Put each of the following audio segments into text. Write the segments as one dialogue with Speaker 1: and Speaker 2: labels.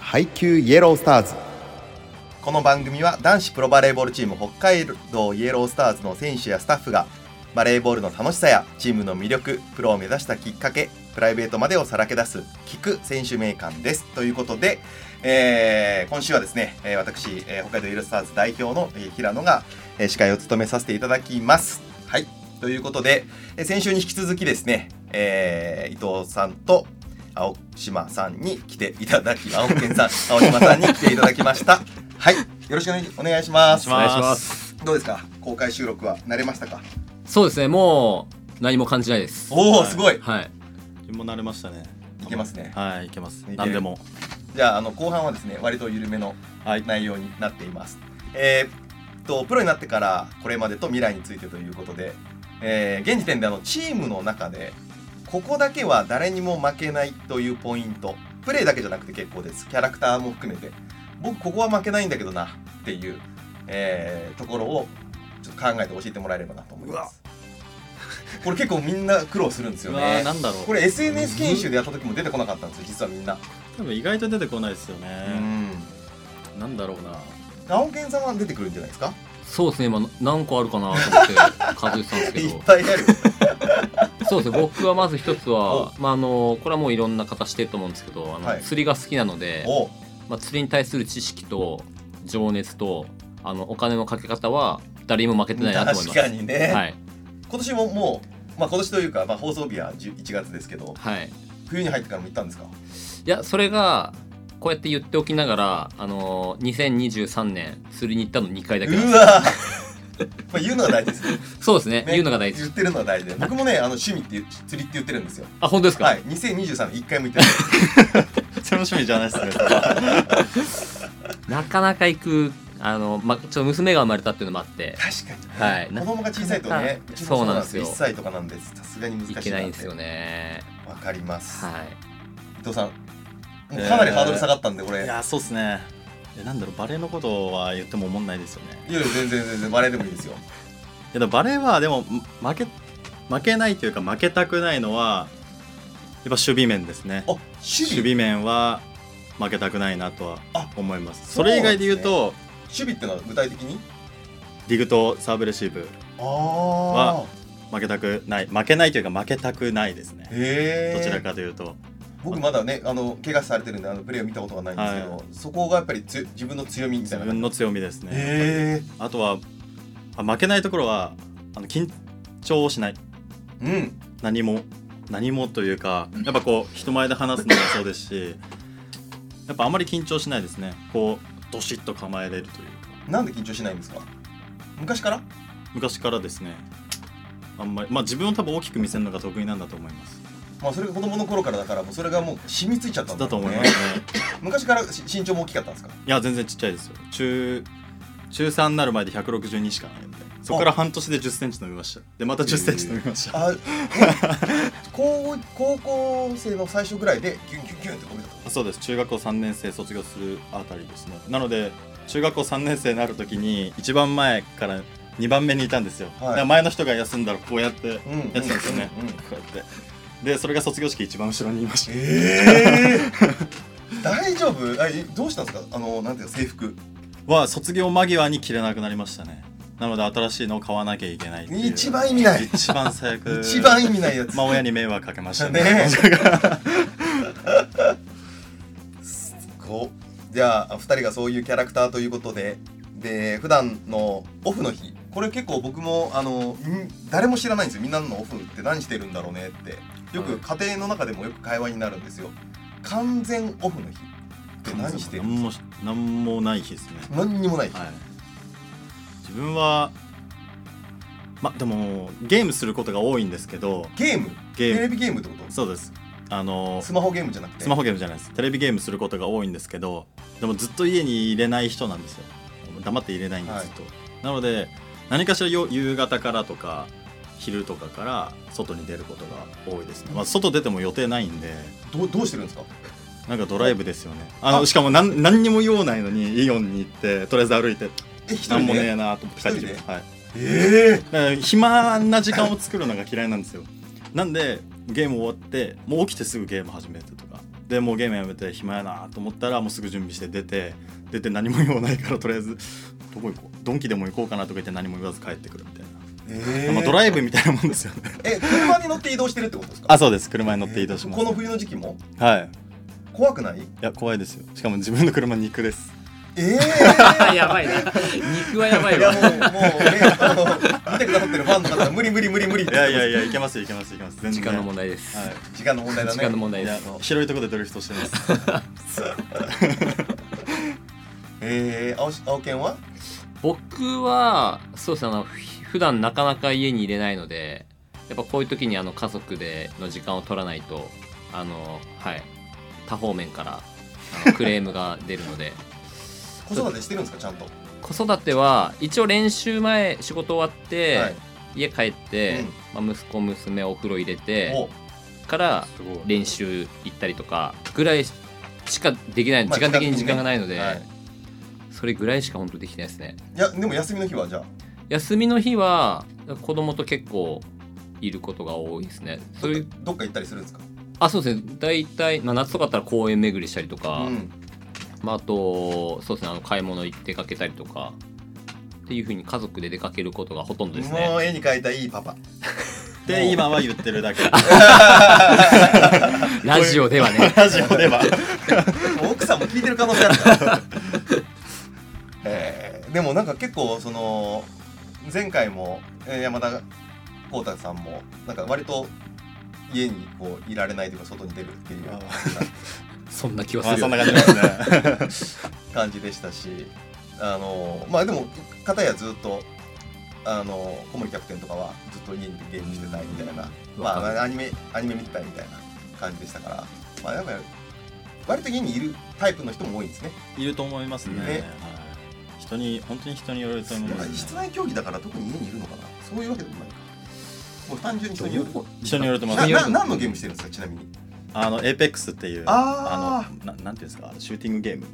Speaker 1: 配給イエロースターズ
Speaker 2: この番組は男子プロバレーボールチーム北海道イエロースターズの選手やスタッフがバレーボールの楽しさやチームの魅力プロを目指したきっかけプライベートまでをさらけ出す聞く選手名鑑ですということで、えー今週はですね、えー私、えー北海道イエロースターズ代表の、えー平野が、えー司会を務めさせていただきます。はいということで、えー先週に引き続きですね、えー伊藤さんと青島さんに来ていただ き青健さん青島さんに来ていただきました。はいよろしくお願いします。
Speaker 3: お願いします。
Speaker 2: どうですか公開収録は慣れましたか
Speaker 4: そうですね、もう何も感じないです。
Speaker 2: おお
Speaker 3: はい
Speaker 2: すごい
Speaker 4: はい。
Speaker 3: もう慣れましたね。
Speaker 2: いけますね
Speaker 3: はい、いけます。
Speaker 2: ける
Speaker 3: 何でも。
Speaker 2: じゃああの後半はですね割と緩めの
Speaker 3: はい。
Speaker 2: 内容になっていますえーっとプロになってからこれまでと未来についてということで、えー現時点であのチームの中でここだけは誰にも負けないというポイントプレーだけじゃなくて結構ですキャラクターも含めて僕ここは負けないんだけどなっていう、えーところをちょっと考えて教えてもらえればなと思いますこれ結構みんな苦労するんですよ
Speaker 3: うわー
Speaker 2: ね
Speaker 3: なんだろう。
Speaker 2: これ SNS 研修でやった時も出てこなかったんですよ実はみんな
Speaker 3: 多分意外と出てこないですよ
Speaker 2: う
Speaker 3: ね。
Speaker 2: ん
Speaker 3: なんだろうな。
Speaker 2: 青健さんは出てくるんじゃないですか
Speaker 4: そうですね、今何個あるかなと思って数えてたんです け
Speaker 2: い
Speaker 4: ど
Speaker 2: っ、ぱいある
Speaker 4: そうですね、僕はまず一つは、まああのこれはもういろんな方してると思うんですけど、あの
Speaker 2: はい
Speaker 4: 釣りが好きなので、
Speaker 2: お
Speaker 4: まあ釣りに対する知識と情熱とあのお金のかけ方は誰にも負けてないなと思い
Speaker 2: 確
Speaker 4: ます。
Speaker 2: かにね、
Speaker 4: はい
Speaker 2: 今年ももう、まあ、今年というか、まあ、放送日は10 1月ですけど
Speaker 4: はい。
Speaker 2: 冬に入ってからも行ったんですか
Speaker 4: いやそれがこうやって言っておきながら、あの2023年釣りに行ったの2回だけなんで
Speaker 2: うわ まあ言うのは大事ですね
Speaker 4: す。そうですね、
Speaker 2: ね
Speaker 4: 言うのが大
Speaker 2: 言っ
Speaker 4: 事。
Speaker 2: てるのは大事で僕もねあの趣味って言う釣りって言ってるんですよ
Speaker 4: あ本当ですか。
Speaker 2: はい2023年1回も行 ってない
Speaker 3: 楽しみじゃないですね。それは
Speaker 4: なかなか行くあの、ま、ちょっと娘が生まれたっていうのもあって
Speaker 2: 確か
Speaker 4: はい
Speaker 2: に子供が小さいとね
Speaker 4: な
Speaker 2: うちも
Speaker 4: そうなんですよ
Speaker 2: 1歳とかなんでさすがに難しい
Speaker 4: 行けないんですよね
Speaker 2: わかります、
Speaker 4: はい
Speaker 2: 伊藤さんもうかなりハードル下がったんでこれ、
Speaker 3: いや、そうですね。え、なんだろう、バレーのことは言っても思んないですよね。
Speaker 2: いやいや全然全然バレーでもいいですよ。
Speaker 3: いや、でもバレーは、でも、負け、負けないというか、負けたくないのは、やっぱ守備面ですね。
Speaker 2: あ、守
Speaker 3: 守
Speaker 2: 備守備
Speaker 3: 備面は、負けたくないなとは
Speaker 2: あ
Speaker 3: 思います。
Speaker 2: そ
Speaker 3: そう
Speaker 2: なん
Speaker 3: れ
Speaker 2: で
Speaker 3: 以
Speaker 2: すね
Speaker 3: 外で言うと、
Speaker 2: ってのは具体的に
Speaker 3: ディグとサーブレシーブ、
Speaker 2: ああ。
Speaker 3: 負けたくない、負けないというか、負けたくないですね。
Speaker 2: へえ。
Speaker 3: どちらかというと。
Speaker 2: 僕まだねあの怪我されてるんであのプレーを見たことがないんですけど、
Speaker 3: は
Speaker 2: そこがやっぱりつ自分の強みみた
Speaker 3: 自
Speaker 2: いな感
Speaker 3: 分
Speaker 2: じ。
Speaker 3: の強みですね、
Speaker 2: へ
Speaker 3: あとはあ負けないところはあの緊張をしない
Speaker 2: え。うん。
Speaker 3: 何も何もというかやっぱこう人前で話すのもそうですしやっぱあまり緊張しないですねこうどしっと構えれるというか
Speaker 2: なんで緊張しないんですか。昔から？
Speaker 3: 昔からですねあんまりまあ自分を多分大きく見せるのが得意なんだと思います
Speaker 2: まあそれが子供の頃からだからもうそれがもう染みついちゃったんだ,、
Speaker 3: だと思いますね。
Speaker 2: 昔からし身長も大きかったんですか。
Speaker 3: いや全然ちっちゃいですよ中中3になる前で162しかないんでそこから半年で1 0ンチ伸びましたでまた1 0ンチ伸びました、
Speaker 2: あ、 高高校生の最初ぐらいでギュンギュンギュンって伸びたと。
Speaker 3: そうです中学校3年生卒業するあたりですねなので中学校3年生になるときに一番前から2番目にいたんです
Speaker 2: は
Speaker 3: よ、
Speaker 2: い
Speaker 3: だから前の人が休んだらこうやってやって
Speaker 2: うん
Speaker 3: たんですよね、
Speaker 2: うんうんうん
Speaker 3: こうやってでそれが卒業式一番後ろにいました
Speaker 2: ええ 大丈夫あえどうしたんですかあのなんていうか制服
Speaker 3: は卒業間際に着れなくなりましたねなので新しいのを買わなきゃいけないっていう
Speaker 2: 一番意味ない
Speaker 3: 一番最悪
Speaker 2: 一番意味ないやつ
Speaker 3: まあ親に迷惑かけましたね
Speaker 2: ね こうじゃあ2人がそういうキャラクターということでで普段のオフの日これ結構僕もあのん誰も知らないんですよみんなのオフって何してるんだろうねってよく家庭の中でもよく会話になるんですよ完全オフの日って何してる
Speaker 3: 何もし何もない日ですね
Speaker 2: 何にもない日、
Speaker 3: はい、自分はまでもゲームすることが多いんですけど
Speaker 2: ゲーム
Speaker 3: ゲ
Speaker 2: テレ
Speaker 3: ーム
Speaker 2: ビゲームってこと
Speaker 3: そうですあの
Speaker 2: スマホゲームじゃなくて
Speaker 3: スマホゲームじゃないですテレビゲームすることが多いんですけどでもずっと家に入れない人なんですよ黙って入れないんです、
Speaker 2: はい
Speaker 3: ずっとなので何かしらよ夕方からとか昼とかから外に出ることが多いですね、まあ、外出ても予定ないんで
Speaker 2: どどうしてるんですか
Speaker 3: なんかドライブですよねあの
Speaker 2: あ
Speaker 3: しかも何何にも用ないのにイオンに行ってとりあえず歩いて
Speaker 2: え一人
Speaker 3: 何
Speaker 2: で
Speaker 3: もねえなと思って帰ってき
Speaker 2: 一
Speaker 3: て、
Speaker 2: 人
Speaker 3: はい、
Speaker 2: え
Speaker 3: だから暇な時間を作るのが嫌いなんですよなんでゲーム終わってもう起きてすぐゲーム始めてとかでもうゲームやめて暇やなと思ったらもうすぐ準備して出て出て何も用ないからとりあえずどこ行こうドンキでも行こうかなとか言って何も言わず帰ってくるみたいな、
Speaker 2: え
Speaker 3: まあ、ドライブみたいなもんですよね
Speaker 2: え車に乗って移動してるってことですか
Speaker 3: あそうです車に 乗って移動しま
Speaker 2: こ
Speaker 3: す、
Speaker 2: の冬の時期も
Speaker 3: はい
Speaker 2: 怖くない
Speaker 3: いや怖いですよしかも自分の車肉です
Speaker 2: ええ
Speaker 4: やばいな肉はやばい
Speaker 2: いや
Speaker 4: わ
Speaker 2: もうもうねあの見てくださってるファンの方無理無理無理無理っ
Speaker 3: い
Speaker 2: て
Speaker 3: やいやいやいけますよいけますよいけます全
Speaker 4: 時
Speaker 3: 然
Speaker 4: 間の問題です、
Speaker 3: は
Speaker 2: 時間の問題だね
Speaker 4: 時間の問題
Speaker 3: いい
Speaker 4: で
Speaker 3: や
Speaker 4: す
Speaker 3: 広いところでドリフトして ます
Speaker 2: ええ青し青犬は
Speaker 4: 僕はそうですねあのふ普段なかなか家に入れないのでやっぱこういう時にあの家族での時間を取らないとあのはい多方面からあのクレームが出る ので
Speaker 2: 子育てしてるんですかちゃんと
Speaker 4: 子育ては一応練習前仕事終わって、
Speaker 2: はい
Speaker 4: 家帰って、まあ、息子娘お風呂入れて
Speaker 2: お
Speaker 4: から
Speaker 3: すごい
Speaker 4: 練習行ったりとかぐらいしかできない
Speaker 2: まあ
Speaker 4: 時間的に時間がないので、
Speaker 2: はい
Speaker 4: それぐらいしか本当できないですね
Speaker 2: いやでも休みの日はじゃあ
Speaker 4: 休みの日は子供と結構いることが多いですねそういう
Speaker 2: どっか行ったりするんですか
Speaker 4: あそうですね大体、まあ、夏とかだったら公園巡りしたりとか、
Speaker 2: うん
Speaker 4: まあ、あとそうですねあの買い物行って出かけたりとかっていうふうに家族で出かけることがほとんどですね
Speaker 2: もう絵に描いたいいパパ
Speaker 3: で今は言ってるだけ
Speaker 4: ラジオではね
Speaker 3: ラジオでは
Speaker 2: もう奥さんも聞いてる可能性あるから えーでもなんか結構その前回もえー山田光太さんもなんか割と家にこういられないというか外に出るっていう
Speaker 4: そんな気は
Speaker 3: ますあ
Speaker 4: る
Speaker 3: そ
Speaker 4: よ
Speaker 3: んな感じですね
Speaker 2: 感じでしたしあのまあでも片やずっとあの小森キャプテンとかはずっと家にゲームしてたいみたいな、
Speaker 4: うん
Speaker 2: ま
Speaker 4: わかる
Speaker 2: あ、アニメアニメ見てたいみたいな感じでしたから、まあ、やっぱり割と家にいるタイプの人も多いんですね
Speaker 3: いると思いますね
Speaker 2: ね
Speaker 3: はい人に本当に人によると思います
Speaker 2: 室
Speaker 3: ね
Speaker 2: 内競技だから特に家にいるのかなそういうわけでもないかもう単純に人による
Speaker 3: 人によると思いま
Speaker 2: な
Speaker 3: す
Speaker 4: 人による
Speaker 2: な何のゲームしてるんですかちなみに
Speaker 3: あのエーペックスっていう
Speaker 2: あ
Speaker 3: のななんていうんですかシューティングゲーム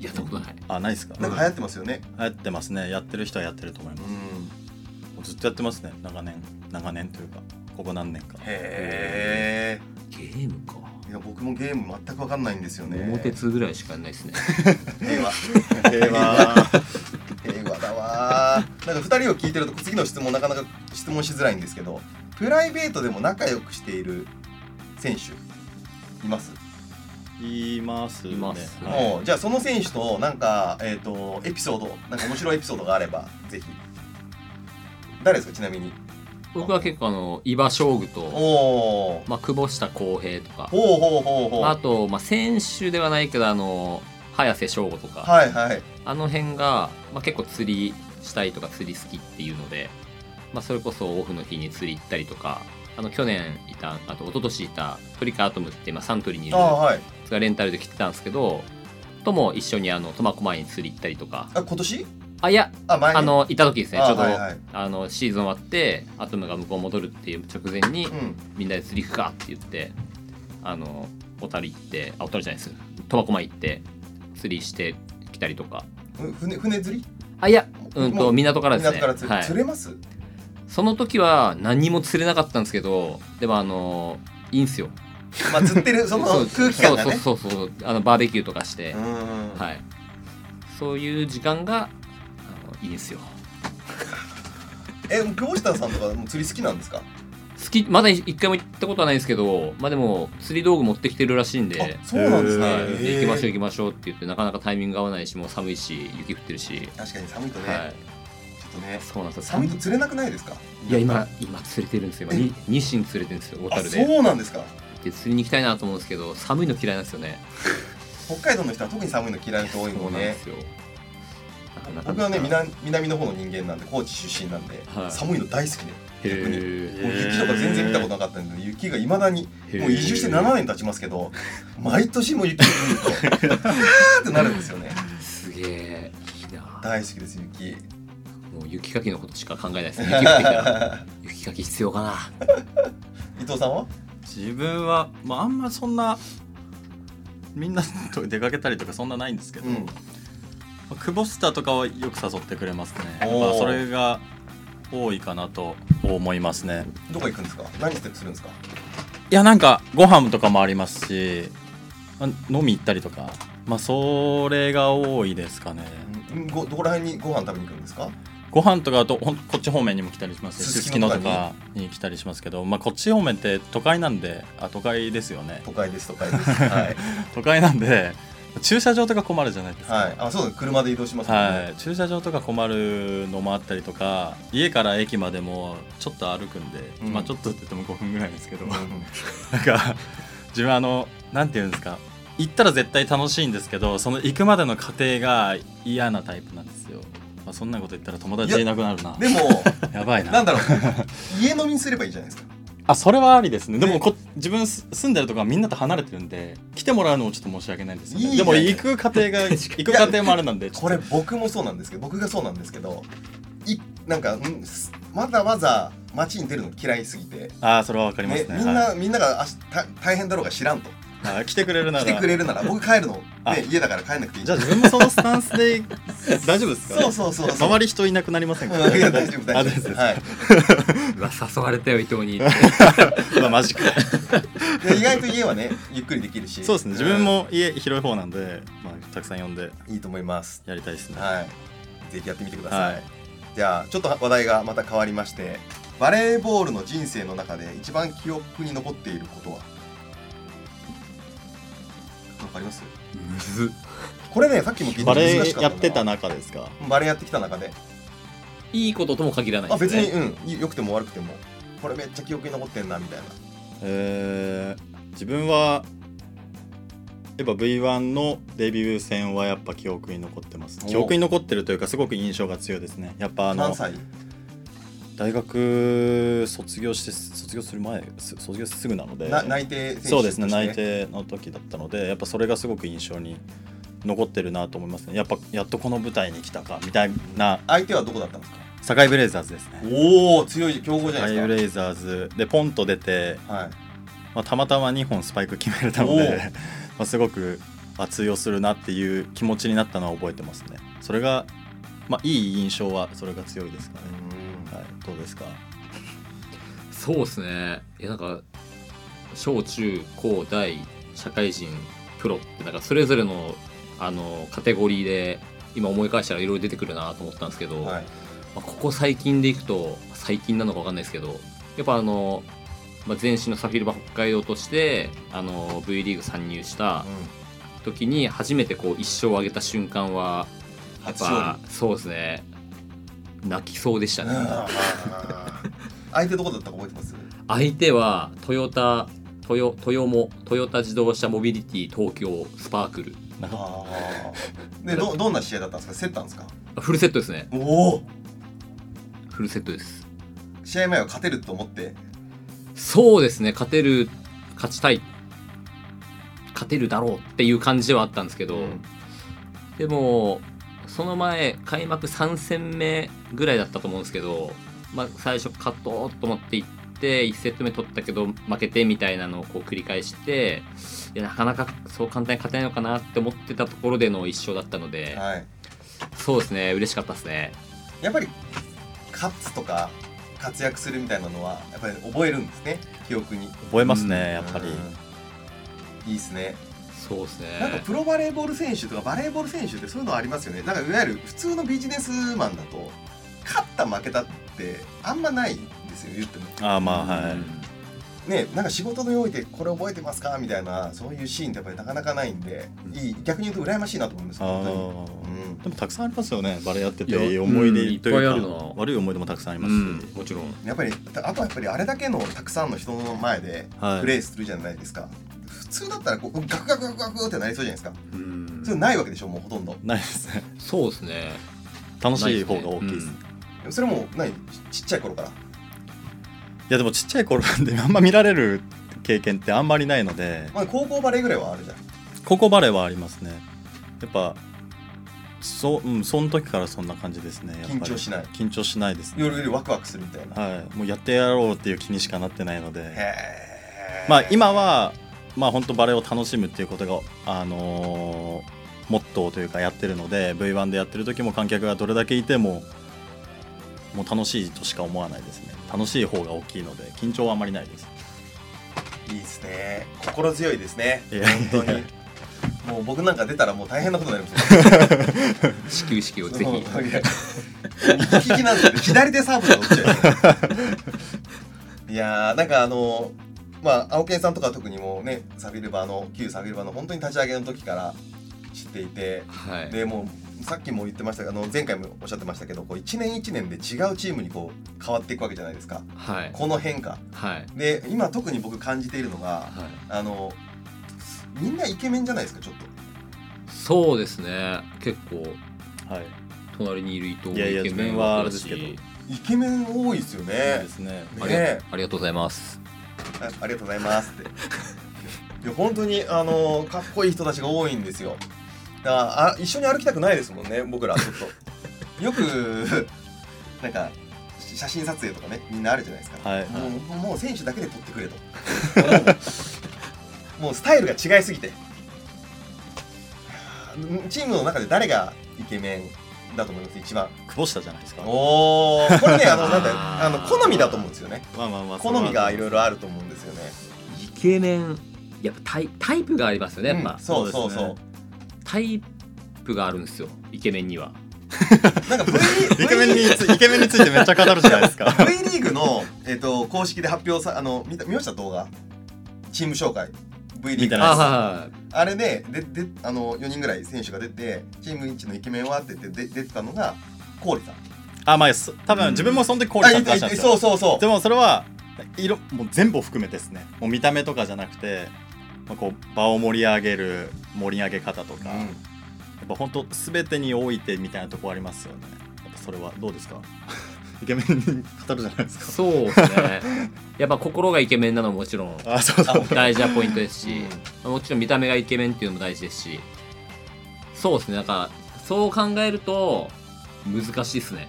Speaker 4: やったことない
Speaker 3: あないですか
Speaker 2: なんか流行ってますよね
Speaker 3: 流行ってますねやってる人はやってると思います
Speaker 2: ん
Speaker 3: もうずっとやってますね長年長年というかここ何年か
Speaker 2: へ
Speaker 4: ゲームか
Speaker 2: えいや僕もゲーム全く分かんないんですよね
Speaker 4: 桃鉄ぐらいしかやんないですね
Speaker 2: 平和
Speaker 3: 平和
Speaker 2: 平和だわーなんか2人を聞いてると次の質問なかなか質問しづらいんですけどプライベートでも仲良くしている選手います、
Speaker 3: いますね
Speaker 4: います
Speaker 3: はい
Speaker 2: もうじゃあその選手となんかえっ、とエピソードなんか面白いエピソードがあればぜひ誰ですかちなみに
Speaker 4: 僕は結構あの伊庭将軍
Speaker 2: お
Speaker 4: と、
Speaker 2: おー
Speaker 4: まあ、久保下浩平とか、
Speaker 2: ほうほうほうほう
Speaker 4: まあ、あと、まあ、選手ではないけどあの早瀬翔吾とか
Speaker 2: はいはい
Speaker 4: あの辺が、まあ、結構釣りしたりとか釣り好きっていうので、まあ、それこそオフの日に釣り行ったりとかあの去年いたあと一昨年いたトリカアトムって今サントリーにい
Speaker 2: あ
Speaker 4: る
Speaker 2: ーはい
Speaker 4: がレンタルで来てたんですけどとも一緒にあの苫小牧に釣り行ったりとか
Speaker 2: あ今年
Speaker 4: あいや
Speaker 2: あ前に
Speaker 4: あのいた時ですね
Speaker 2: あ
Speaker 4: ちょうど
Speaker 2: はいはい
Speaker 4: あのシーズン終わってアトムが向こう戻るっていう直前に、
Speaker 2: うん
Speaker 4: みんなで釣り行くかって言ってあの小樽行ってあ小樽じゃないです苫小牧行って釣りしてきたりとか
Speaker 2: ふ船船釣り
Speaker 4: あいやうん
Speaker 2: も
Speaker 4: と
Speaker 2: う
Speaker 4: 港からですね
Speaker 2: 港から釣,、
Speaker 4: はい
Speaker 2: 釣れます
Speaker 4: その時は何も釣れなかったんですけどでもあのいいんすよ
Speaker 2: まあ釣ってるその空気感がね
Speaker 4: そうそうそうそうあのバーベキューとかして、
Speaker 2: うん
Speaker 4: はいそういう時間があのいいんすよ
Speaker 2: え、久保下さんとかもう釣り好きなんですか、
Speaker 4: 好きまだ一回も行ったことはないんですけどまあでも釣り道具持ってきてるらしいんで
Speaker 2: あ、そうなんですね、
Speaker 3: へ
Speaker 4: はい、で
Speaker 2: へー
Speaker 4: 行きましょう行きましょうって言ってなかなかタイミング合わないしもう寒いし雪降ってるし、
Speaker 2: 確かに寒いとね、
Speaker 4: はい、
Speaker 2: ちょっとね
Speaker 4: そうなんですよ
Speaker 2: 寒いと釣れなくないですか
Speaker 4: いや今今釣れてるんですよ今
Speaker 2: え
Speaker 4: にニシン釣れてるんですよ小
Speaker 2: あ
Speaker 4: 樽で
Speaker 2: そうなんですか
Speaker 4: で釣りに行きたいなと思うんですけど寒いの嫌いなんですよね
Speaker 2: 北海道の人は特に寒いの嫌いな人多い
Speaker 4: そう
Speaker 2: もん
Speaker 4: なんで
Speaker 2: ね
Speaker 4: すよなかなか
Speaker 2: 僕はね南南の方の人間なんで高知出身なんで、
Speaker 4: はい
Speaker 2: 寒いの大好きで
Speaker 4: へ
Speaker 2: 逆に
Speaker 4: ー
Speaker 2: もう雪とか全然見たことなかったんで雪がいまだに
Speaker 4: へー
Speaker 2: もう移住して7年経ちますけ ど毎年もう雪が降ると あーってなるんですよね
Speaker 4: すげえいいな
Speaker 2: 大好きです雪
Speaker 4: もう雪かきのことしか考えないですね雪降ってきたら雪かき必要かな
Speaker 2: 伊藤さんは
Speaker 3: 自分は、まあ、あんまそんなみんなと出かけたりとかそんなないんですけど、
Speaker 2: うん
Speaker 3: まあ、クボスターとかはよく誘ってくれますねやっ
Speaker 2: おー
Speaker 3: ぱそれが多いかなと思いますね
Speaker 2: どこ行くんですか何してするんですか
Speaker 3: いやなんかご飯とかもありますしあ飲み行ったりとかまあそれが多いですかね
Speaker 2: うんごどこら辺にご飯食べに行くんですか
Speaker 3: ご飯とかあとほんこっち方面にも来たりします
Speaker 2: す
Speaker 3: す
Speaker 2: す
Speaker 3: す
Speaker 2: き
Speaker 3: き
Speaker 2: の
Speaker 3: の
Speaker 2: とか
Speaker 3: と
Speaker 2: に
Speaker 3: かに来たりしますけど、まあ、こっち方面って都会なんであ都会ですよね
Speaker 2: 都会です都会 ですはい、
Speaker 3: 都会なんで駐車場とか困るじゃないですか、
Speaker 2: はい、あそうです車で移動しますもんね、
Speaker 3: はい、駐車場とか困るのもあったりとか家から駅までもちょっと歩くんで、
Speaker 2: うん
Speaker 3: まあちょっとって言っても5分ぐらいですけど、
Speaker 2: うんうん
Speaker 3: なんか自分あのなんて言うんですか行ったら絶対楽しいんですけどその行くまでの過程が嫌なタイプなんですよ、まあ、そんなこと言ったら友達いなくなるな
Speaker 2: でも
Speaker 3: やばい
Speaker 2: なん
Speaker 3: な
Speaker 2: だろう家飲みにすればいいじゃないですか
Speaker 3: あそれはありですねで
Speaker 2: ね
Speaker 3: もこ自分す住んでるとこはみんなと離れてるんで来てもらうのもちょっと申し訳ないんですよね
Speaker 2: いいじゃ
Speaker 3: で
Speaker 2: ん
Speaker 3: も行く過程が行く過程もあれなんでちょっと
Speaker 2: これ僕もそうなんですけど僕がそうなんですけどいなんか、うん、すわざわざ街に出るの嫌いすぎて、
Speaker 3: ああそれはわかります
Speaker 2: ね
Speaker 3: ね
Speaker 2: みん
Speaker 3: は
Speaker 2: なみんながあした大変だろうが知らんと
Speaker 3: いあ来てくれるなら
Speaker 2: 来てくれるなら僕帰るの、
Speaker 3: あ
Speaker 2: ね、家だから帰んなくていい
Speaker 3: じゃあ自分もそのスタンスで 大丈夫ですか、
Speaker 2: そうそうそうそう
Speaker 3: 周り人いなくなりませんか
Speaker 2: うんいや大丈夫大
Speaker 3: あ
Speaker 2: 丈
Speaker 3: 大丈夫
Speaker 2: 夫
Speaker 3: です
Speaker 2: はい、
Speaker 4: うわ誘われたよ伊藤 に
Speaker 3: うわマジか
Speaker 2: で意外と家はね ゆっくりできるし
Speaker 3: そうですね自分、も家広い方なんで、まあ、たくさん呼んで
Speaker 2: うんいいと思います
Speaker 3: やりたいですね
Speaker 2: はいぜひやってみてください、
Speaker 3: はい
Speaker 2: じゃあちょっと話題がまた変わりましてバレーボールの人生の中で一番記憶に残っていることはなんかあります
Speaker 4: むずっ
Speaker 2: これねさっきも聞い
Speaker 3: バレ
Speaker 2: 難しか
Speaker 3: エやってた
Speaker 2: な
Speaker 3: 中ですか
Speaker 2: バレーやってきた中で
Speaker 4: いいこととも限らない
Speaker 2: あ
Speaker 4: です、
Speaker 2: 別
Speaker 4: ね、
Speaker 2: にうん良くても悪くてもこれめっちゃ記憶に残ってんなみたいな
Speaker 3: えー、自分はやっぱ V1 のデビュー戦はやっぱ記憶に残ってます
Speaker 2: お
Speaker 3: 記憶に残ってるというかすごく印象が強いですねやっぱあの
Speaker 2: 何歳
Speaker 3: 大学卒業して卒業する前す卒業してすぐなので
Speaker 2: な内定選手として
Speaker 3: そうですね内定の時だったのでやっぱそれがすごく印象に残ってるなと思いますねやっぱやっとこの舞台に来たかみたいな
Speaker 2: 相手はどこだったんですか
Speaker 3: 堺ブレイザーズですね
Speaker 2: おお強い強豪じゃない
Speaker 3: 堺ブ
Speaker 2: です
Speaker 3: レイザーズでポンと出て、
Speaker 2: かはい
Speaker 3: まあ、たまたま2本スパイク決めれたの
Speaker 2: おお
Speaker 3: で まあすごくあ通用するなっていう気持ちになったのは覚えてますねそれがまあいい印象はそれが強いですかね、はい、どうですか
Speaker 4: そうですねいやなんか小中高大社会人プロってなんかそれぞれのあのカテゴリーで今思い返したらいろいろ出てくるなと思ったんですけ
Speaker 2: う
Speaker 4: ど、
Speaker 2: んはい
Speaker 4: まあ、ここ最近でいくと最近なのかわかんないですけどやっぱあの、まあ、前身のサフィルバ北海道としてあの V リーグ参入した
Speaker 2: う
Speaker 4: 時に初めてこう一勝を挙げた瞬間は
Speaker 2: ん
Speaker 4: やっ
Speaker 2: 初勝
Speaker 4: ぱそうですね泣きそうでした
Speaker 2: 利
Speaker 4: ね、
Speaker 2: うん あー 相手どこだったか覚えてます
Speaker 4: 相手はトヨタトヨトヨモトヨタ自動車モビリティ東京スパークル
Speaker 3: なんか
Speaker 2: ああでどどんな試合だったんですか競ったんですか
Speaker 4: あフルセットですね
Speaker 2: おお
Speaker 4: フルセットです
Speaker 2: 試合前は勝てると思って
Speaker 4: そうですね勝てる勝ちたい勝てるだろうっていう感じではあったんですけど、
Speaker 2: うん
Speaker 4: でもその前開幕3戦目ぐらいだったと思うんですけど、まあ、最初勝とうと思っていって1セット目取ったけど負けてみたいなのをこう繰り返していやなかなかそう簡単に勝てないのかなって思ってたところでの一勝だったので、
Speaker 2: はい
Speaker 4: そうですね嬉しかったですね
Speaker 2: やっぱり勝つとか活躍するみたいなのはやっぱり覚えるんですね記憶に
Speaker 3: 覚えますね、
Speaker 4: うん
Speaker 3: やっぱり、
Speaker 2: うんいいですね
Speaker 4: そうですね
Speaker 2: なんかプロバレーボール選手とかバレーボール選手ってそういうのありますよねなんかいわゆる普通のビジネスマンだと勝った負けたってあんまないんですよ言っても
Speaker 3: ああまあはい、
Speaker 4: うん
Speaker 2: ねなんか仕事においてこれ覚えてますかみたいなそういうシーンってやっぱりなかなかないんでいい逆に言うと羨ましいなと思います
Speaker 3: あ
Speaker 2: 本当に
Speaker 3: ー
Speaker 2: うん
Speaker 3: でもたくさんありますよねバレエやって
Speaker 4: いや
Speaker 3: ていい思い
Speaker 4: うんいっ
Speaker 3: 出
Speaker 4: ぱ
Speaker 3: と
Speaker 4: い
Speaker 3: いう
Speaker 4: あ
Speaker 3: か、
Speaker 4: るな
Speaker 3: 悪い思い出もたくさんありま
Speaker 4: う
Speaker 3: すし、
Speaker 4: ん、もちろん
Speaker 2: やっぱりあとはやっぱりあれだけのたくさんの人の前で
Speaker 3: はい
Speaker 2: プレイするじゃないですか、普通だったらこうガクガクガクガクってなりそうじゃないですか
Speaker 4: うん
Speaker 2: それないわけでしょもうほとんど
Speaker 3: ないですね
Speaker 4: そうですね
Speaker 3: 楽しい方が大きいです、
Speaker 4: ないっね
Speaker 2: それも何ちちっちゃい頃から
Speaker 3: やでもちっちゃい頃なんであんま見られる経験ってあんまりないので
Speaker 2: まあ高校バレーぐらいはあるじゃん
Speaker 3: 高校バレーはありますねやっぱそ,、うん、その時からそんな感じですねやっぱり
Speaker 2: 緊張しない
Speaker 3: 緊張しないですね
Speaker 2: 夜よりワクワクするみたいな
Speaker 3: はいもうやってやろうっていう気にしかなってないので
Speaker 2: へー
Speaker 3: まあ今はまあ本当バレーを楽しむっていうことがあのーモットーというかやってるので V1 でやってる時も観客がどれだけいてももう楽しいとしか思わないですね楽しい方が大きいので緊張はあまりないです
Speaker 2: いいですね心強いですね
Speaker 3: いやいやいや
Speaker 2: 本当にもう僕なんか出たらもう大変なことになりますよ
Speaker 4: 始球式をぜ
Speaker 2: もう
Speaker 4: ひ
Speaker 2: とにかく右利きなんで左でサーブとか打っちゃう よいやーなんかあのまあ青研さんとか特にもうねサビルバの旧サビルバの本当に立ち上げの時から知っていて
Speaker 4: はい
Speaker 2: でもうさっきも言ってましたがあの前回もおっしゃってましたけどこう1年1年で違うチームにこう変わっていくわけじゃないですか
Speaker 4: はい
Speaker 2: この変化
Speaker 4: はい
Speaker 2: で今特に僕感じているのが
Speaker 4: は
Speaker 2: あのみんなイケメンじゃないですかちょっと
Speaker 4: いそうですね結構
Speaker 3: はい
Speaker 4: 隣にいる伊藤も
Speaker 3: いやいや
Speaker 4: イケメン
Speaker 3: 自分はあ
Speaker 4: だ
Speaker 3: れ
Speaker 4: し
Speaker 3: ですけど
Speaker 2: イケメン多いですよ
Speaker 3: いい
Speaker 2: ね
Speaker 3: ですね
Speaker 4: ありが
Speaker 2: ね
Speaker 4: ありがとうございます
Speaker 2: あありがとうございますっていや本当にあのかっこいい人たちが多いんですよだからあ一緒に歩きたくないですもんね僕らちょっ とよくなんかし写真撮影とかねみんなあるじゃないですか、
Speaker 3: はいはい
Speaker 2: もうもう選手だけで撮ってくれと もうスタイルが違いすぎてチームの中で誰がイケメンだと思います一 番
Speaker 3: 久保下じゃないですか
Speaker 2: おおこれねあのなんだよ
Speaker 4: あー
Speaker 2: あの好みだと思うんですよね
Speaker 3: まあ まあまあ
Speaker 2: 好みがいろい
Speaker 3: ろ
Speaker 2: ろあると思うんですよね
Speaker 4: イケメンやっぱタイタイプがありますよねやっぱ、
Speaker 2: うんそうそうそう
Speaker 3: そうで
Speaker 4: タイプがあるんですよイケメンには
Speaker 2: なんか V リ
Speaker 3: イケメンに
Speaker 2: ー
Speaker 3: つイケメンについてめっちゃ語るじゃないで すか
Speaker 2: V リーグの、えっと公式で発表さあの見た見ました動画チーム紹介 V リー
Speaker 3: 見
Speaker 2: グ
Speaker 3: て
Speaker 2: の
Speaker 3: ない
Speaker 4: あ
Speaker 3: です
Speaker 4: はいはい
Speaker 2: あれででであの4人ぐらい選手が出てチーム一のイケメンはって言ってで出てたのがコーリさん
Speaker 3: あまあそ多分自分もその時コールさんと話したん
Speaker 2: あい
Speaker 3: で
Speaker 2: い
Speaker 3: す
Speaker 2: そ
Speaker 3: よ
Speaker 2: うそうそう
Speaker 3: でもそれは色もう全部を含めてですねもう見た目とかじゃなくて、まあ、こう場を盛り上げる盛り上げ方とか、
Speaker 2: う
Speaker 3: や
Speaker 2: ん
Speaker 3: っぱ本当全てにおいてみたいなとこありますよねやっぱそれはどうですか イケメンに語るじゃないですか
Speaker 4: そうですね やっぱ心がイケメンなのももちろん
Speaker 3: あそうそう
Speaker 4: 大事なポイントですし、
Speaker 2: うん
Speaker 4: もちろん見た目がイケメンっていうのも大事ですしそうですねなんかそう考えると難しいですね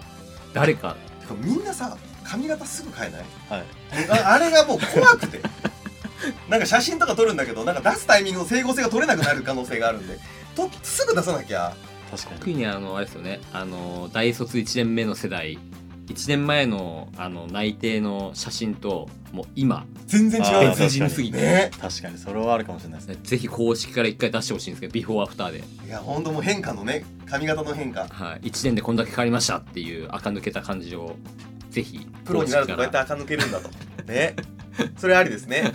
Speaker 4: 誰か
Speaker 2: てかみんなさ髪型すぐ変えない
Speaker 3: はい
Speaker 2: ああれがもう怖くてなんか写真とか撮るんだけどなんか出すタイミングの整合性が取れなくなる可能性があるんでとすぐ出さなきゃ
Speaker 3: 確か
Speaker 4: 特にあのあれですよねあの大卒1年目の世代1年前のあの内定の写真ともう今
Speaker 2: 全然違う
Speaker 3: あー別人
Speaker 4: すぎて
Speaker 2: ね
Speaker 3: に確かにそれはあるかもしれないですね
Speaker 4: ぜひ公式から1回出してほしいんですけどビフォーアフターで、
Speaker 2: いや本当もう変化のね髪型の変化
Speaker 4: はい、1年でこんだけ変わりましたっていう垢抜けた感じをぜひ
Speaker 2: プロになるとこうやって
Speaker 4: 公式か
Speaker 2: 垢抜けるんだ とねそれありですね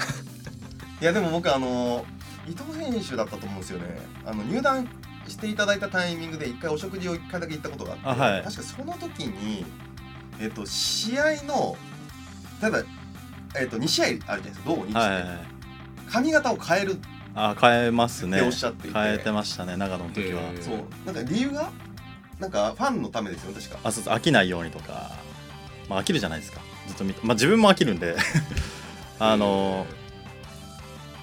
Speaker 2: いやでも僕あの伊藤選手だったと思うんですよねあの入団していただいたタイミングで一回お食事を一回だけ行ったことがあって
Speaker 3: あはい
Speaker 2: 確かその時にえっと試合の例えばえっと2試合あるじゃないですか同日で、
Speaker 3: はいはいはい
Speaker 2: 髪型を変えるっ
Speaker 3: あ変えますね
Speaker 2: ておっしゃっていて
Speaker 3: 変えてましたね長野の時は
Speaker 4: へー
Speaker 2: そうなんか理由がなんかファンのためですよね確か
Speaker 3: あそうそう飽きないようにとか、まあ、飽きるじゃないですかずっと見て、まあ、自分も飽きるんで あの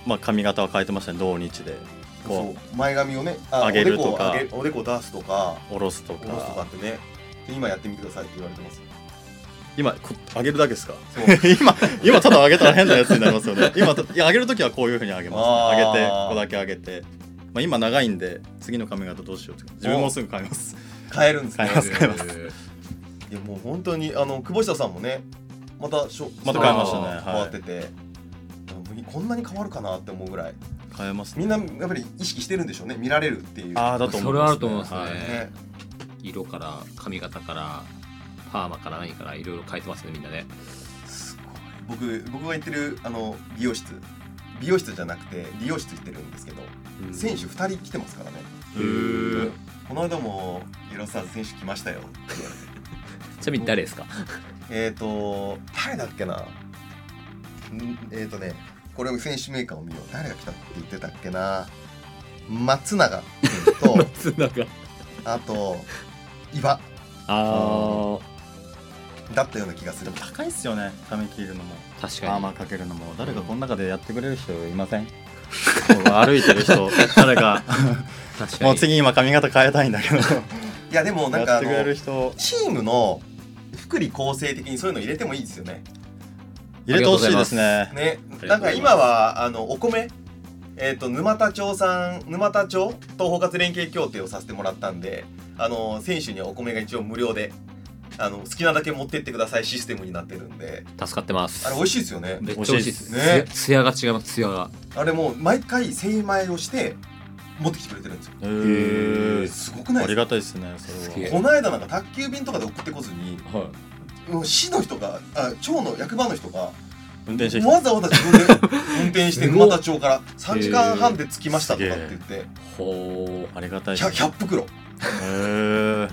Speaker 3: まあ、髪型は変えてましたね同日で
Speaker 2: そ
Speaker 3: こ
Speaker 2: う前髪をねあ
Speaker 3: 上げるとか
Speaker 2: おでこを上げおでこを出すとか
Speaker 3: う下ろすと
Speaker 2: 下ろすとか
Speaker 3: か
Speaker 2: ってねで今やってみてくださいって言われて ます
Speaker 3: 今こ上げるだけ ですか
Speaker 2: そう
Speaker 3: 今今ただ上げたら変なやつになりますよね今たいや上げる時はこういうふうに上げ
Speaker 2: あ
Speaker 3: ます、
Speaker 2: ー
Speaker 3: ね、上げてここだけ上げて、まあ、今長いんで次の髪型どうしようとか自分もすぐ変えます
Speaker 2: 変えるんですね
Speaker 3: 変えます変えます
Speaker 4: へー
Speaker 2: いやもう本当にあの久保下さんもねまたしょ
Speaker 3: また
Speaker 4: 変えましたね
Speaker 2: 変わってて、いやこんなに変わるかなって思うぐらい
Speaker 3: 変えます
Speaker 2: みんなやっぱり意識してるんでしょうね見られるっていう
Speaker 3: ああだと思います、
Speaker 4: それはあると思いますね
Speaker 3: は
Speaker 2: ね
Speaker 4: 色から髪型からパーマから何からいろいろ変えてますねみんなね
Speaker 2: すごい僕僕が行ってるあの美容室美容室じゃなくて理容室行ってるんですけど、選手2人来てますからね
Speaker 3: へー
Speaker 2: この間もエロスターズ選手来ましたよって言われて
Speaker 4: ちなみに誰ですか、
Speaker 2: えー、と、誰だっけな。んえー、とね、これを選手メーカーを見よう。誰が来たって言ってたっけな。松永君 と
Speaker 4: 松永
Speaker 2: あと、伊庭
Speaker 4: あ
Speaker 2: だったような気がする。
Speaker 3: 高いっすよね髪切るのも。
Speaker 4: あ確
Speaker 3: パ
Speaker 4: か
Speaker 3: ー
Speaker 4: に
Speaker 3: マかけるのも誰かこの中でやってくれる人いませんこう歩いてる 人誰か
Speaker 4: 確かに
Speaker 3: もう次今髪型変えたいんだけど
Speaker 2: いや、でもなんか
Speaker 3: や
Speaker 2: あ
Speaker 3: って
Speaker 2: の
Speaker 3: く、れる人
Speaker 2: チームの福利厚生的にそういうの入れてもいいですよね。
Speaker 3: 入れてほしいですね
Speaker 2: ね
Speaker 4: り、
Speaker 2: なか
Speaker 4: がとうんございます
Speaker 2: 今はあのお米、えー、と沼田町さん沼田町と包括連携協定をさせてもらったんであの選手にはお米が一応無料であの好きなだけ持ってってくださいシステムになってるんで
Speaker 4: 助かってます
Speaker 2: あれ美味しいですよね
Speaker 4: めっちゃ美味しいです
Speaker 2: 美味しいですね
Speaker 4: つやが違いますつやが
Speaker 2: あれもう毎回精米をして持ってきてくれてるんですよ
Speaker 3: へえ
Speaker 2: すごくない
Speaker 3: あり
Speaker 2: ですか
Speaker 3: がたいですね
Speaker 4: す
Speaker 3: そ
Speaker 4: げ
Speaker 3: れ
Speaker 4: え
Speaker 3: は
Speaker 2: この間なんか宅急便とかで送ってこずに
Speaker 4: は
Speaker 2: もう市の人があ町の役場の人が
Speaker 3: 運転してきた
Speaker 2: わざわざ自分で運転 して
Speaker 4: す
Speaker 2: 沼
Speaker 4: ごい
Speaker 2: 田町から3時間半で着きましたとかっ
Speaker 3: へ
Speaker 2: て
Speaker 3: ー
Speaker 2: 言って
Speaker 4: いほ
Speaker 3: ありがたいです
Speaker 2: 100,
Speaker 3: ね
Speaker 2: 100袋
Speaker 3: へえ
Speaker 4: う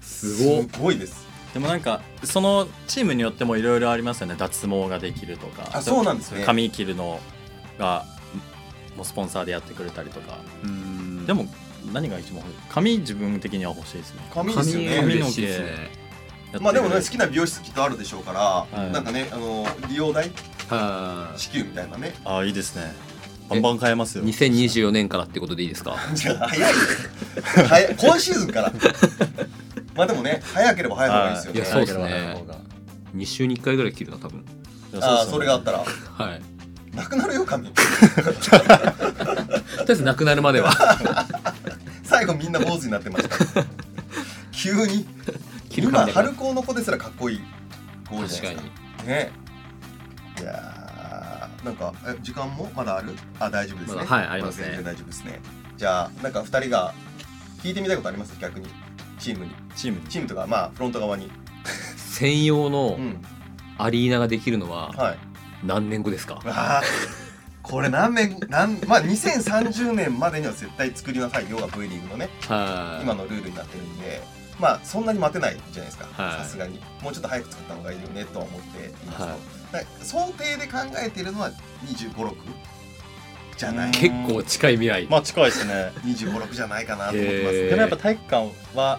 Speaker 4: すごっ
Speaker 2: すごいです
Speaker 3: でもなんかそのチームによってもいろいろありますよね脱毛ができるとか
Speaker 2: あそうなんですね
Speaker 3: 髪切るのがもうスポンサーでやってくれたりとか
Speaker 4: うん
Speaker 3: でも何が一番欲しい髪自分的には欲しいですね
Speaker 2: 紙ですよ
Speaker 4: 髪
Speaker 2: ね
Speaker 3: 髪
Speaker 4: 嬉しいですね
Speaker 2: まあでもね
Speaker 3: や
Speaker 2: 好
Speaker 3: ってく
Speaker 2: きな
Speaker 3: れる
Speaker 2: 美容室きっとあるでしょうから、
Speaker 3: はい
Speaker 2: なんかねあの利用代
Speaker 4: は
Speaker 2: 支給みたいなね
Speaker 3: ああいいですねバンバン変えます
Speaker 4: い
Speaker 3: よ
Speaker 4: 2024年からってことでいいですか
Speaker 2: じゃあ 早い早い今シーズンからまあでもね早ければ早い方がいいですよね
Speaker 4: はいいやそうっす
Speaker 3: 早けれ
Speaker 4: ね
Speaker 3: ば早い方が
Speaker 4: 2週に1回ぐらい切るな多分
Speaker 3: いや
Speaker 2: あ
Speaker 3: うっす
Speaker 2: あ
Speaker 3: ね
Speaker 2: それがあったら
Speaker 4: はい
Speaker 2: なくなるよ髪
Speaker 4: とりあえずなくなるまでは
Speaker 2: 最後みんな坊主になってました 急に
Speaker 4: 切る
Speaker 2: 今
Speaker 4: までは
Speaker 2: 春高の子ですらかっこいい子多いじ
Speaker 4: 確
Speaker 2: ゃない
Speaker 4: か
Speaker 2: で
Speaker 4: に
Speaker 2: すかねいやーなんかえ時間もまだあるあ大丈夫ですね、
Speaker 4: まだはいありますね
Speaker 2: 全然大丈夫ですねじゃあなんか2人が聞いてみたいことあります逆にチームに
Speaker 3: チームに
Speaker 2: チームとかまあフロント側に
Speaker 4: 専用の
Speaker 2: うん
Speaker 4: アリーナができるのは
Speaker 2: はい
Speaker 4: 何年後ですか
Speaker 2: あーこれ何年何まあ2030年までには絶対作りなさい要は V リーグのね
Speaker 4: はい
Speaker 2: 今のルールになってるんでまあそんなに待てないじゃないですか
Speaker 4: は
Speaker 2: さ
Speaker 4: い
Speaker 2: すがにもうちょっと早く作った方がいいよねとは思っていますと、
Speaker 4: はい
Speaker 2: だから想定で考えてるのは2 5 6じゃない
Speaker 3: うん
Speaker 4: 結構近い未来
Speaker 3: まあ近いですね
Speaker 2: 2 5 6じゃないかなと思ってます
Speaker 4: へー
Speaker 3: でもやっぱ体育館は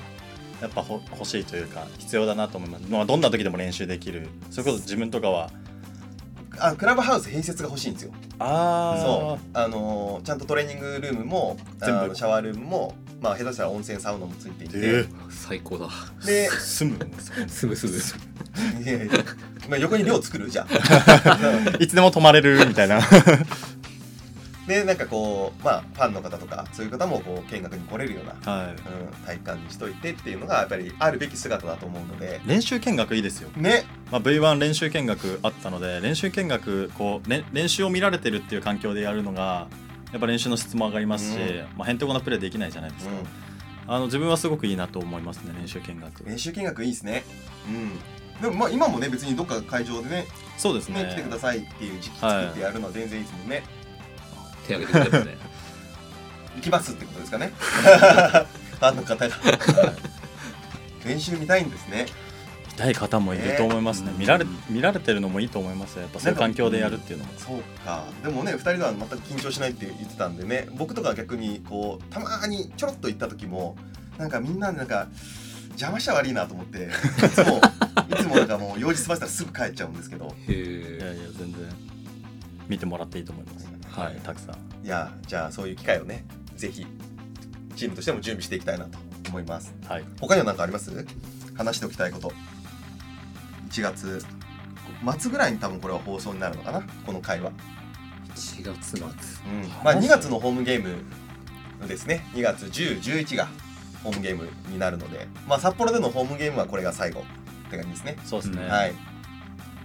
Speaker 3: やっぱほ欲しいというか必要だなと思います、まあ、どんな時でも練習できるそれこそ自分とかは
Speaker 2: あクラブハウス併設が欲しいんですよ
Speaker 3: あ
Speaker 2: そうあのーちゃんとトレーニングルームもあ
Speaker 3: 全部
Speaker 2: のシャワールームもまあ下手したら温泉サウナもついていて、
Speaker 3: え
Speaker 4: 最高だ
Speaker 2: で
Speaker 3: ー、住むんですか
Speaker 4: すぐすぐ
Speaker 2: いやいやまあ横に寮作るじゃん
Speaker 3: いつでも泊まれるみたいな
Speaker 2: でなんかこうまあファンの方とかそういう方もこう見学に来れるような、
Speaker 3: は
Speaker 2: うん、体育館にしといてっていうのがやっぱりあるべき姿だと思うので
Speaker 3: い練習見学いいですよ、
Speaker 2: ね
Speaker 3: まあ、V1 練習見学あったので練習見学こう、れ練習を見られてるっていう環境でやるのがやっぱ練習の質も上がりますし、
Speaker 2: うん
Speaker 3: まあ、へんてこなプレーできないじゃないですか、あの自分はすごくいいなと思いますね練習見学
Speaker 2: うん、練習見学いいですねうんでもまあ今もね別にどっか会場でね
Speaker 3: そうですね
Speaker 2: ね来てくださいっていう時期作ってやるのは全然いいですもんね、
Speaker 4: 手挙げてくれますね
Speaker 2: 行きますってことですか ねファンの方が練習見たいんですね
Speaker 3: 痛い方もいると思いますね、
Speaker 4: ね
Speaker 3: 見られ
Speaker 4: うん
Speaker 3: 見られてるのもいいと思いますよやっぱそういう環境でやるっていうのも、
Speaker 2: そうかでもね2人は全く緊張しないって言ってたんでね僕とかは逆にこうたまにちょろっと行った時もなんかみんななんか邪魔しちゃ悪いなと思っていつもいつもなんかもう用事済ましたらすぐ帰っちゃうんですけど
Speaker 4: へ
Speaker 3: いや
Speaker 4: え
Speaker 3: いや全然見てもらっていいと思います
Speaker 4: は
Speaker 3: はいいたくさん
Speaker 2: いやじゃあそういう機会をねぜひチームとしても準備していきたいなと思います
Speaker 3: はい
Speaker 2: 他には何かあります話しておきたいこと1月末ぐらいに多分これは放送になるのかなこの回は
Speaker 4: 1月末
Speaker 2: うんまあ、2月のホームゲームですね2月10、11がホームゲームになるので、まあ、札幌でのホームゲームはこれが最後って感じですね、
Speaker 3: そうですね、
Speaker 2: はい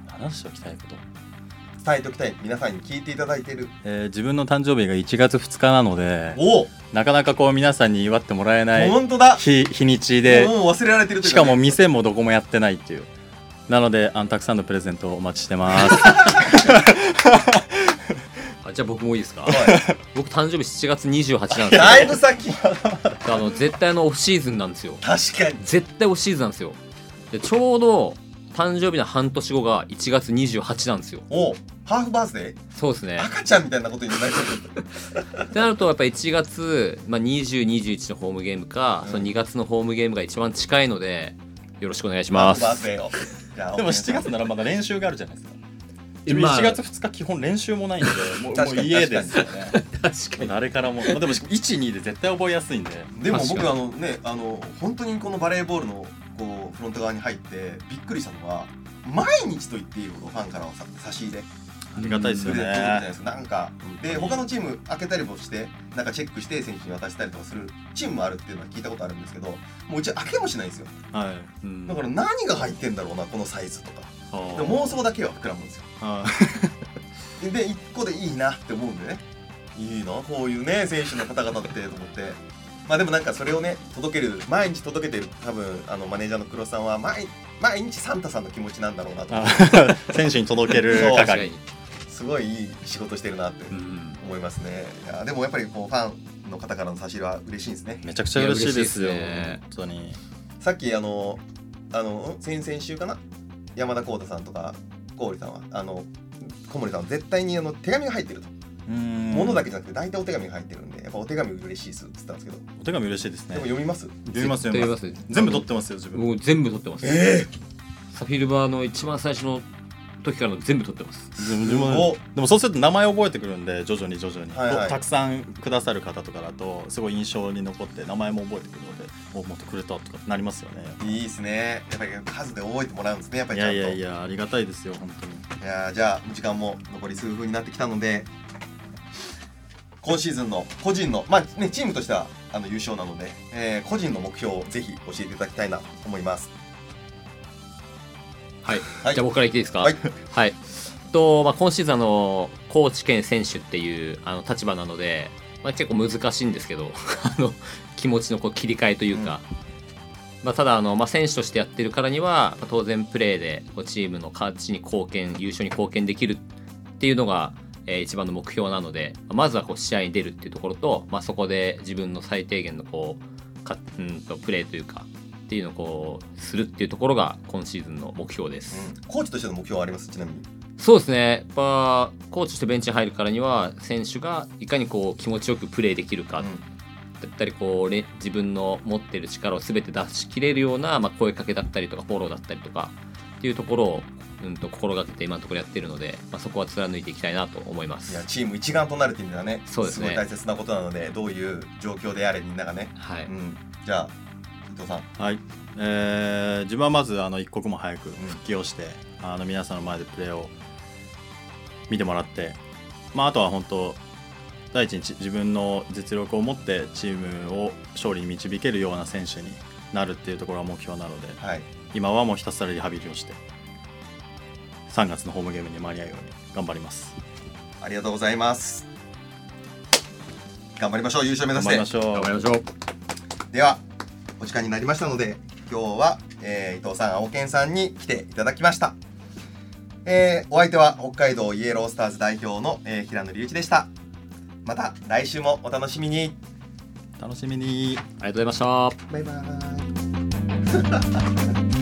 Speaker 3: 話しておきたいこと、
Speaker 2: 伝えておきたい皆さんに聞いていただいている
Speaker 3: えー自分の誕生日が1月2日なので
Speaker 2: おお、
Speaker 3: なかなかこう皆さんに祝ってもらえない
Speaker 2: 本当だ
Speaker 3: 日日にちで
Speaker 2: もう忘れられてるという
Speaker 3: しかも
Speaker 2: ね
Speaker 3: 店もどこもやってないっていうなのであのたくさんのプレゼントをお待ちしてます
Speaker 4: あ じゃあ僕もいいですか
Speaker 2: は
Speaker 4: 僕誕生日7月28なん
Speaker 2: い
Speaker 4: で す
Speaker 2: だいぶ先
Speaker 4: けどあの絶対あのオフシーズンなんですよ
Speaker 2: 確かに
Speaker 4: 絶対オフシーズンなんですよでちょうど誕生日の半年後が1月28なんですよ
Speaker 2: おおハーフバースデー
Speaker 4: そうですね
Speaker 2: 赤ちゃんみたいなことになりそう
Speaker 4: ってなるとやっぱり1月、まあ、2021のホームゲームか、
Speaker 2: うん
Speaker 4: その2月のホームゲームが一番近いのでよろしくお願いし
Speaker 2: ハ
Speaker 4: ま
Speaker 2: ーフバース
Speaker 4: す
Speaker 2: デーをじゃあ
Speaker 3: でも
Speaker 2: お願いし
Speaker 3: 7
Speaker 2: ます
Speaker 3: 月ならまだ練習があるじゃないですか自
Speaker 4: え
Speaker 3: 分
Speaker 4: まあ
Speaker 3: 7月2日基本練習もないんでもう
Speaker 2: 確かに
Speaker 3: もう家ですよね
Speaker 4: 確か
Speaker 3: あれからもう、まあでも12で絶対覚えやすいんで
Speaker 2: でも
Speaker 4: 確
Speaker 2: 僕
Speaker 4: かに
Speaker 2: あのねあの本当にこのバレーボールのこうフロント側に入ってびっくりしたのは毎日と言っていいほどファンからのさ差し入れ
Speaker 3: ありがたいです
Speaker 2: プ
Speaker 3: よ
Speaker 2: レゼントじゃないで
Speaker 3: ね
Speaker 2: すかなんかで他のチーム開けたりもしてなんかチェックして選手に渡したりとかするチームもあるっていうのは聞いたことあるんですけどもううち開けもしないんですよ
Speaker 3: はい
Speaker 4: うん
Speaker 2: だから何が入ってんだろうなこのサイズとかで妄想だけは膨らむんですよ
Speaker 3: あ
Speaker 2: で1個でいいなって思うんでねいいなこういうね選手の方々ってと思ってまあでもなんかそれをね届ける毎日届けてる多分あのマネージャーの黒さんは毎毎日サンタさんの気持ちなんだろうなと思っ
Speaker 3: あ
Speaker 2: て
Speaker 3: 選手に届ける
Speaker 2: そう
Speaker 4: 確か
Speaker 3: 係
Speaker 4: に、
Speaker 2: すごいいい仕事してるなって
Speaker 4: うん、
Speaker 2: 思いますねいやでもやっぱりこうファンの方からの差し入れは嬉しいですね
Speaker 3: めちゃくちゃ嬉しいですよ
Speaker 4: いや嬉しいですね
Speaker 3: 本当に
Speaker 2: さっきあのあのん先々週かな山田浩太さんとか郡さんはあの小森さんは絶対にあの手紙が入ってると、
Speaker 3: 物
Speaker 2: 物だけじゃなくて大体お手紙が入ってるんでやっぱお手紙嬉しいっすって言ったんですけど、
Speaker 3: お手紙嬉しいです
Speaker 2: で
Speaker 3: ね
Speaker 2: も読みます
Speaker 3: 読みます
Speaker 4: 絶対
Speaker 3: 読みます
Speaker 4: 読みます
Speaker 3: 全部取ってますよ自分
Speaker 4: 僕全部撮ってます、
Speaker 2: え
Speaker 4: サフィルバーの一番最初の時からの全部撮ってます
Speaker 3: 全部自分
Speaker 2: お
Speaker 3: でもそうすると名前覚えてくるんで徐々に徐々に、
Speaker 2: はいはい
Speaker 3: たくさんくださる方とかだとすごい印象に残って名前も覚えてくるのでおもっとくれたとかなりますよね
Speaker 2: いいですねやっぱり数で覚えてもらうんですねやっぱ
Speaker 3: い
Speaker 2: りちゃん
Speaker 3: や
Speaker 2: と
Speaker 3: い
Speaker 2: いや
Speaker 3: やいやありがたいですよ本当に
Speaker 2: じゃあ時間も残り数分になってきたので今シーズンの個人のまあねチームとしてはあの優勝なので、えー個人の目標をぜひ教えていただきたいなと思います
Speaker 4: はい、
Speaker 2: はい
Speaker 4: じゃあ僕から言っていいですか
Speaker 2: はい、
Speaker 4: はいとまあ、今シーズンあの高知県選手っていうあの立場なので、まあ、結構難しいんですけど あの気持ちのこう切り替えというか、まあ、ただあの、まあ、選手としてやってるからには、まあ当然プレーでこうチームの勝ちに貢献優勝に貢献できるっていうのが、えー一番の目標なのでまあまずはこう試合に出るっていうところと、まあ、そこで自分の最低限のこうかうんとプレーというかっていうのをこうするっていうところが今シーズンの目標です。
Speaker 2: うんコーチとしての目標はありますちなみに
Speaker 4: そうですね、やっぱコーチとしてベンチに入るからには、選手がいかにこう気持ちよくプレーできるか、
Speaker 2: う
Speaker 4: だ
Speaker 2: ん
Speaker 4: ったりこう、れ自分の持ってる力をすべて出し切れるような、まあ、声かけだったりとか、フォローだったりとかっていうところを、うん、と心がけて、今のところやってるので、まあ、そこは貫いていきたいなと思いま
Speaker 2: い
Speaker 4: す
Speaker 2: や。チーム一丸となるっていうのはね
Speaker 4: そうですね
Speaker 2: ごい大切なことなのでどういう状況であれみんながね、、
Speaker 4: はいう
Speaker 2: ん、じゃあ伊藤さん
Speaker 3: はい、えー自分はまずあの一刻も早く復帰をして、あの皆さんの前でプレーを見てもらって、まあ、あとは本当第一にち自分の実力を持ってチームを勝利に導けるような選手になるっていうところが目標なので
Speaker 2: はい
Speaker 3: 今はもうひたすらリハビリをして3月のホームゲームに間に合うように頑張ります
Speaker 2: ありがとうございます頑張りましょう優勝目
Speaker 3: 頑
Speaker 2: 指
Speaker 3: 張りま
Speaker 2: して
Speaker 3: しょう
Speaker 4: 頑張りましょう。
Speaker 2: ではお時間になりましたので今日は、えー伊藤さん青健さんに来ていただきました、えーお相手は北海道イエロースターズ代表の、えー平野隆一でしたまた来週もお楽しみに
Speaker 3: 楽しみに
Speaker 4: ありがとうございました。
Speaker 2: バイバイ